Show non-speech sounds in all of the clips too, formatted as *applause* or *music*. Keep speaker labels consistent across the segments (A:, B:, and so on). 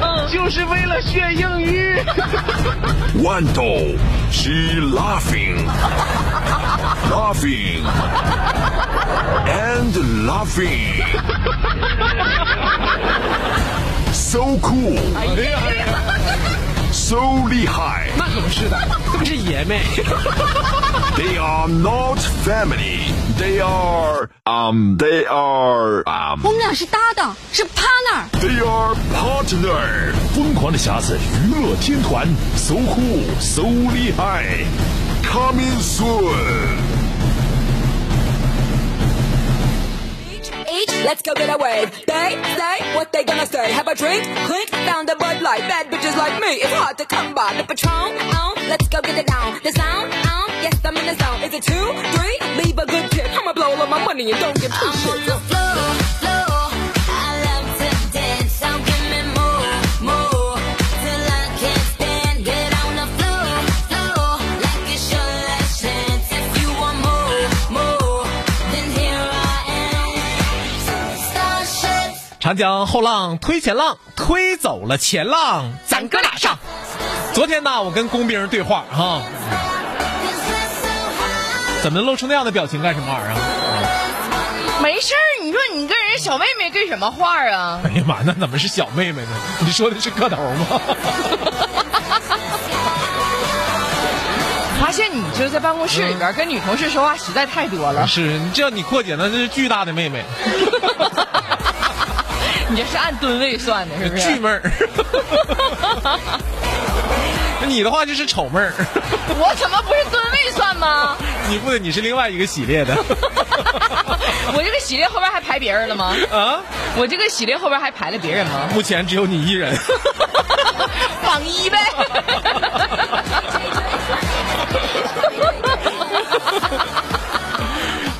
A: 嗯
B: 就是为了学英语。
C: One doll, she laughing, laughing, and laughing. So cool, so 厉害。
D: 那可不是的，这不是爷们。
C: They are not family. They are um. They are um.
E: 我们俩是搭档，是 partner。
C: They are partner. 疯狂的匣子娱乐天团，so cool, so 厉害。Coming soon.
F: each. Let's go get away. They say what they gonna say. Have a drink, clink, found a Bud Light. Bad bitches like me, it's hard to come by. The Patron, on, let's go get it down. The sound, on, yes, I'm in the zone. Is it two, three? Leave a good tip. I'ma blow all of my money and don't give two shits.
G: Starship.
D: 长江后浪推前浪，推走了前浪，咱哥俩上。昨天呢，我跟工兵对话哈、怎么露出那样的表情干什么玩意儿啊？
A: 没事儿，你说你跟人小妹妹跟什么话啊？
D: 哎呀妈，那怎么是小妹妹呢？ *laughs* 你说的是个头吗？
A: 发现你就是在办公室里边跟女同事说话实在太多
D: *laughs*
A: 了，
D: 是，这你阔姐那是巨大的妹妹，
B: 嗯
A: 你这是按吨位算的，是不
D: 巨
A: 是？
D: 妹儿。 *laughs* 你的话就是丑妹儿，
A: 我怎么不是吨位算吗？
D: 你不对，你是另外一个系列的
A: 我这个系列后边还排别人了吗？
D: 啊。
A: 我这个系列后边还排了别人吗？
D: 目前只有你一人。 *laughs*
A: 榜一呗。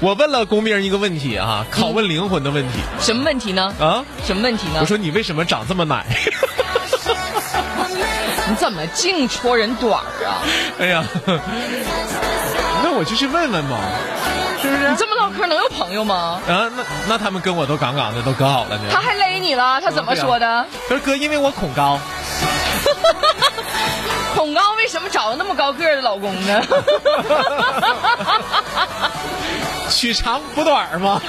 D: 我问了工兵一个问题啊，拷问灵魂的问题
A: 什么问题呢？
D: 啊。
A: 什么问题呢
D: 我？说你为什么长这么奶？ *laughs*
A: 你怎么净戳人短儿啊？
D: 哎呀，那我就去问问嘛。
B: 啊
A: 你这么唠嗑能有朋友吗？
D: 啊，那那他们跟我都杠杠的，都可好了呢。
A: 他还勒你了，他怎么说的？
D: 他说哥，因为我恐高。
A: 恐高为什么找那么高个儿的老公呢？ *laughs*
D: 取长补短儿 *laughs* 吗？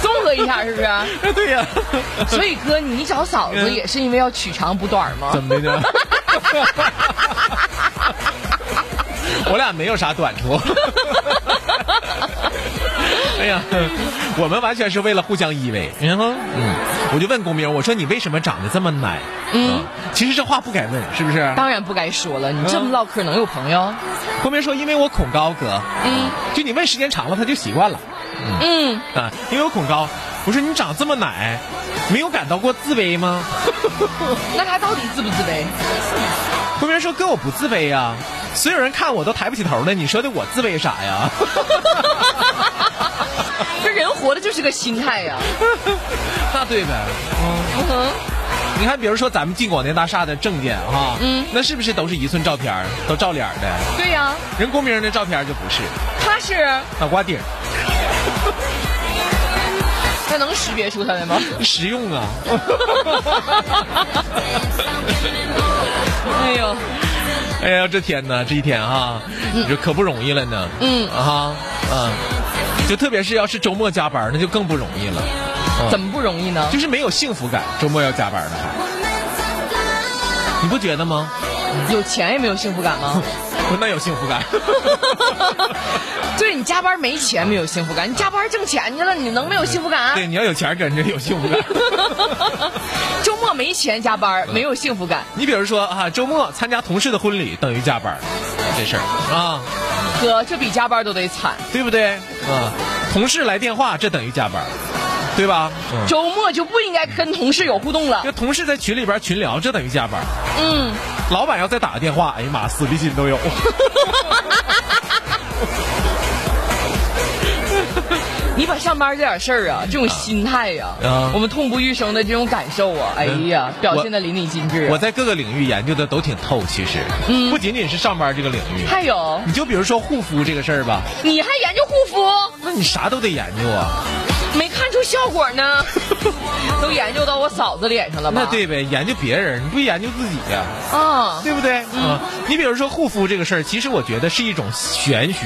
A: 综合一下是不是？
D: 哎对呀、
A: 所以哥，你找嫂子也是因为要取长补短吗？
D: 怎么的呢？ *laughs* 我俩没有啥短处。 *laughs* 哎呀，我们完全是为了互相依偎。然后，嗯，我就问公明，我说你为什么长得这么奶？嗯，其实这话不该问，是不是？
A: 当然不该说了，你这么唠嗑能有朋友？
D: 公明说，因为我恐高，哥。嗯，就你问时间长了，他就习惯了
A: 嗯，
D: 啊，因为我恐高。我说你长这么奶，没有感到过自卑吗？
A: 那他到底自不自卑？
D: 公明说，哥，我不自卑呀、所有人看我都抬不起头呢，你说的我自卑啥 *laughs* 呀？
A: 这人活的就是个心态呀、
D: 那对呗。
A: 嗯，
D: 你看，比如说咱们进广电大厦的证件哈，嗯，那是不是都是一寸照片儿，都照脸儿的？
A: 对呀、
D: 人公明的照片儿就不是，
A: 他是
D: 脑瓜顶儿
A: 那能识别出他来吗？
D: 实用啊。
A: 哎呦，
D: 哎呀，这天呐，这一天哈，你说可不容易了呢。嗯啊啊，就特别是要是周末加班儿，那就更不容易了，
A: 怎么不容易呢？
D: 就是没有幸福感。周末要加班儿的话，你不觉得吗？
A: 有钱也没有幸福感吗？ *laughs*
D: *laughs* 那有幸福感。
A: 对你加班没钱没有幸福感，你加班挣钱去了，你能没有幸福感、啊
D: 对，你要有钱儿跟着有幸福 *laughs* 感。
A: 周末没钱加班没有幸福感，
D: 你比如说啊，周末参加同事的婚礼等于加班儿，这事儿啊，
A: 哥这比加班都得惨。
D: 对不对？啊，同事来电话这等于加班儿，对吧？嗯。
A: 周末就不应该跟同事有互动了
D: 这。同事在群里边群聊，这等于加班。嗯，老板要再打个电话，哎呀 *laughs* 妈，死皮筋都有。
A: 你把上班这点事儿啊，这种心态呀、
D: 啊嗯
A: 我们痛不欲生的这种感受啊，哎呀，表现的淋漓尽致。啊
D: 我在各个领域研究的都挺透，其实，
A: 嗯
D: 不仅仅是上班这个领域，
A: 还有，
D: 你就比如说护肤这个事儿吧，
A: 你还研究护肤，
D: 那你啥都得研究啊。
A: 没看出效果
D: *laughs*
A: 呢，都研究到我嫂子脸上了吧？
D: 那对呗，研究别人，你不研究自己呀、
A: 啊，
D: 对不对？嗯，你比如说护肤这个事儿，其实我觉得是一种玄学。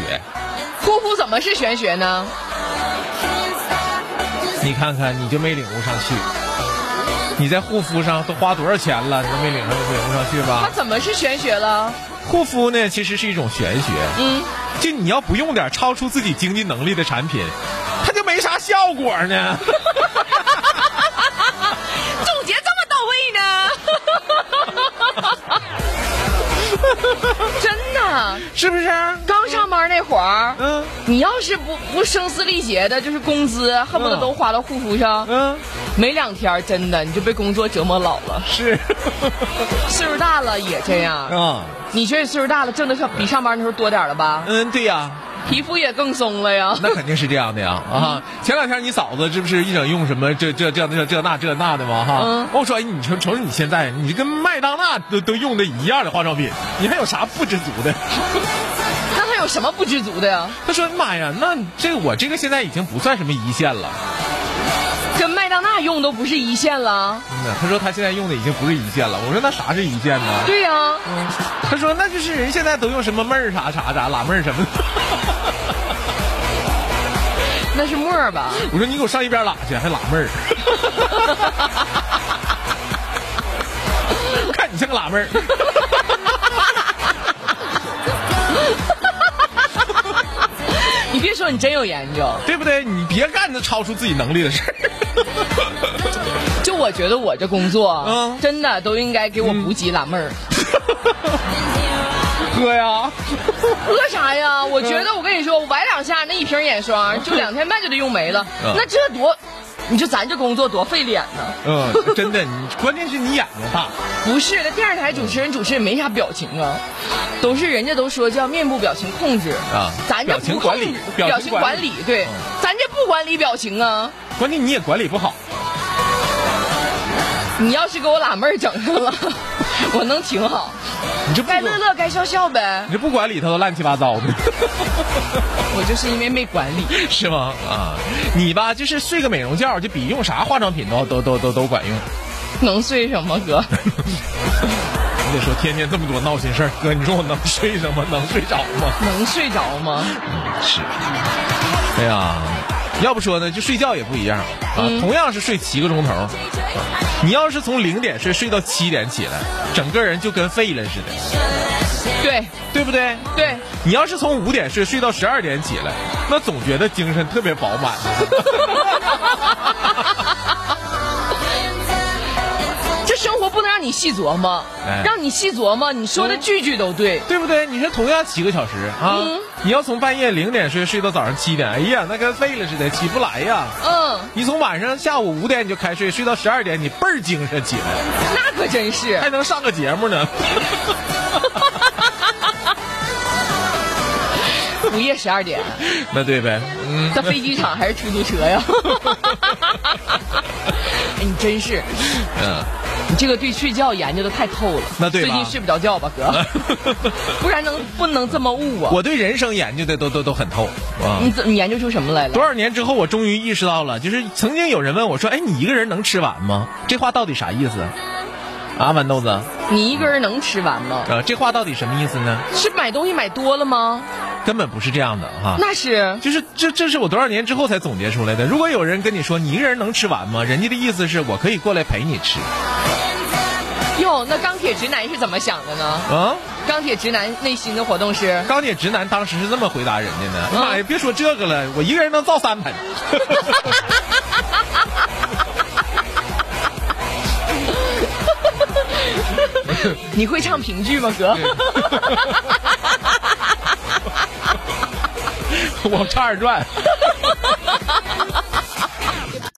A: 护肤怎么是玄学呢？
D: 你看看，你就没领悟上去。你在护肤上都花多少钱了，你都没领上领悟上去
A: 它
D: 吧？
A: 怎么是玄学了？
D: 护肤呢，其实是一种玄学。
A: 嗯，
D: 就你要不用点超出自己经济能力的产品，它就没啥效果呢。 *laughs*
A: 总结这么到位
D: *laughs*
A: 呢？ *laughs* 真的，啊
D: 是不是？
A: 刚上班那会儿，
D: 嗯
A: 你要是不不声嘶力竭的，就是工资恨不得都花到护肤上，
D: 嗯，
A: 没两天真的你就被工作折磨老了。
D: 是
A: 岁数大了也这样，
D: 啊，
A: 你觉得岁数大了挣的上比上班那时候多点儿了吧？
D: 嗯，对呀、
A: 皮肤也更松了呀。
D: *laughs* 那肯定是这样的呀啊！前两天你嫂子这不是一整用什么这这这这这那这那的吗？哈、
A: 嗯
D: 我说哎，你瞅瞅你现在，你跟麦当娜都都用的一样的化妆品，你还有啥不知足的？ *laughs*
A: 那还有什么不知足的呀？
D: 他说妈呀，那这我这个现在已经不算什么一线了。
A: 跟麦当娜用都不是一线了。
D: 嗯呐，他说他现在用的已经不是一线了。我说那啥是一线呢？
A: 对呀、
D: 嗯他说那就是人现在都用什么妹儿啥啥啥拉妹儿什么的。 *laughs*
A: 那是沫儿吧？
D: 我说你给我上一边拉去，还拉妹儿。我看你像个拉妹儿。
A: 你别说，你真有研究。
D: 对不对？你别干那超出自己能力的事儿。
A: 就我觉得我这工作，
D: 嗯
A: 真的都应该给我补给拉妹儿。
D: 喝呀，
A: 喝啥
D: 嗯
A: 呀？我觉得我跟你说，我崴两下那一瓶眼霜就两天半就得用没了。
D: 嗯
A: 那这多，你说咱这工作多费脸呢？
D: *laughs* 嗯，真的，你关键是你眼睛大，
A: 不是，那电视台主持人主持也没啥表情啊，都是人家都说叫面部表情控制
D: 啊
A: 咱这
D: 表情
A: 不控
D: 管理
A: 制
D: 表情
A: 表情
D: 管
A: 管
D: 理
A: 理对
D: 嗯，
A: 咱这不管理表情啊。
D: 关键你也管理不好。
A: 你要是给我拉妹儿整上了， *laughs* 我能挺好。
D: 你这不
A: 该乐乐该笑笑呗
D: 你，这不管理他都乱七八糟的，
A: 我就是因为没管
D: *laughs*
A: 理。
D: 是吗？啊，你吧，就是睡个美容觉，就比用啥化妆品都都都都都管用。
A: 能睡什么
D: *laughs*
A: 哥？
D: 你得说天天这么多闹心事儿，哥，你说我能睡什么？能睡着吗？
A: 能睡着吗？
D: 是，哎呀，要不说呢，就睡觉也不一样啊。同样是睡七个钟头，啊你要是从零点睡睡到七点起来，整个人就跟废了似的，
A: 对
D: 对不对？
A: 对，
D: 你要是从五点睡睡到十二点起来，那总觉得精神特别饱满。
A: 这生活不能让你细琢磨
D: 哎，
A: 让你细琢磨，你说的句句都对。
D: 对不对？你说同样七个小时啊，你要从半夜零点睡睡到早上七点，哎呀，那跟废了似的，起不来呀。
A: 嗯，
D: 你从晚上下午五点你就开睡，睡到十二点，你倍儿精神起来，
A: 那可真是。
D: 还能上个节目呢。 *laughs*
A: 午夜十二点，
D: 那对呗，嗯，
A: 在飞机场还是出租车
D: *laughs*
A: 呀？哎，你真是，
D: 嗯，
A: 你这个对睡觉研究的太透了。
D: 那对吧
A: 最近睡不着觉
D: *laughs*
A: 吧，哥？不然能不能这么悟啊？
D: 我对人生研究的都都都很透啊。
A: 你怎你研究出什么来了？
D: 多少年之后，我终于意识到了，就是曾经有人问我说：“哎，你一个人能吃完吗？”这话到底啥意思？啊，豌豆子，
A: 你一个人能吃完吗？
D: 呃，这话到底什么意思呢？
A: 是买东西买多了吗？
D: 根本不是这样的哈。
A: 那是
D: 就是这，这是我多少年之后才总结出来的。如果有人跟你说你一个人能吃完吗？人家的意思是我可以过来陪你吃
A: 哟，那钢铁直男是怎么想的呢？
D: 啊。
A: 钢铁直男内心的活动是
D: 钢铁直男当时是这么回答人家的：“
A: 嗯
D: 妈呀，别说这个了，我一个人能造三盆。 *laughs*
A: 你会唱评剧吗，哥？
D: 我差点转。”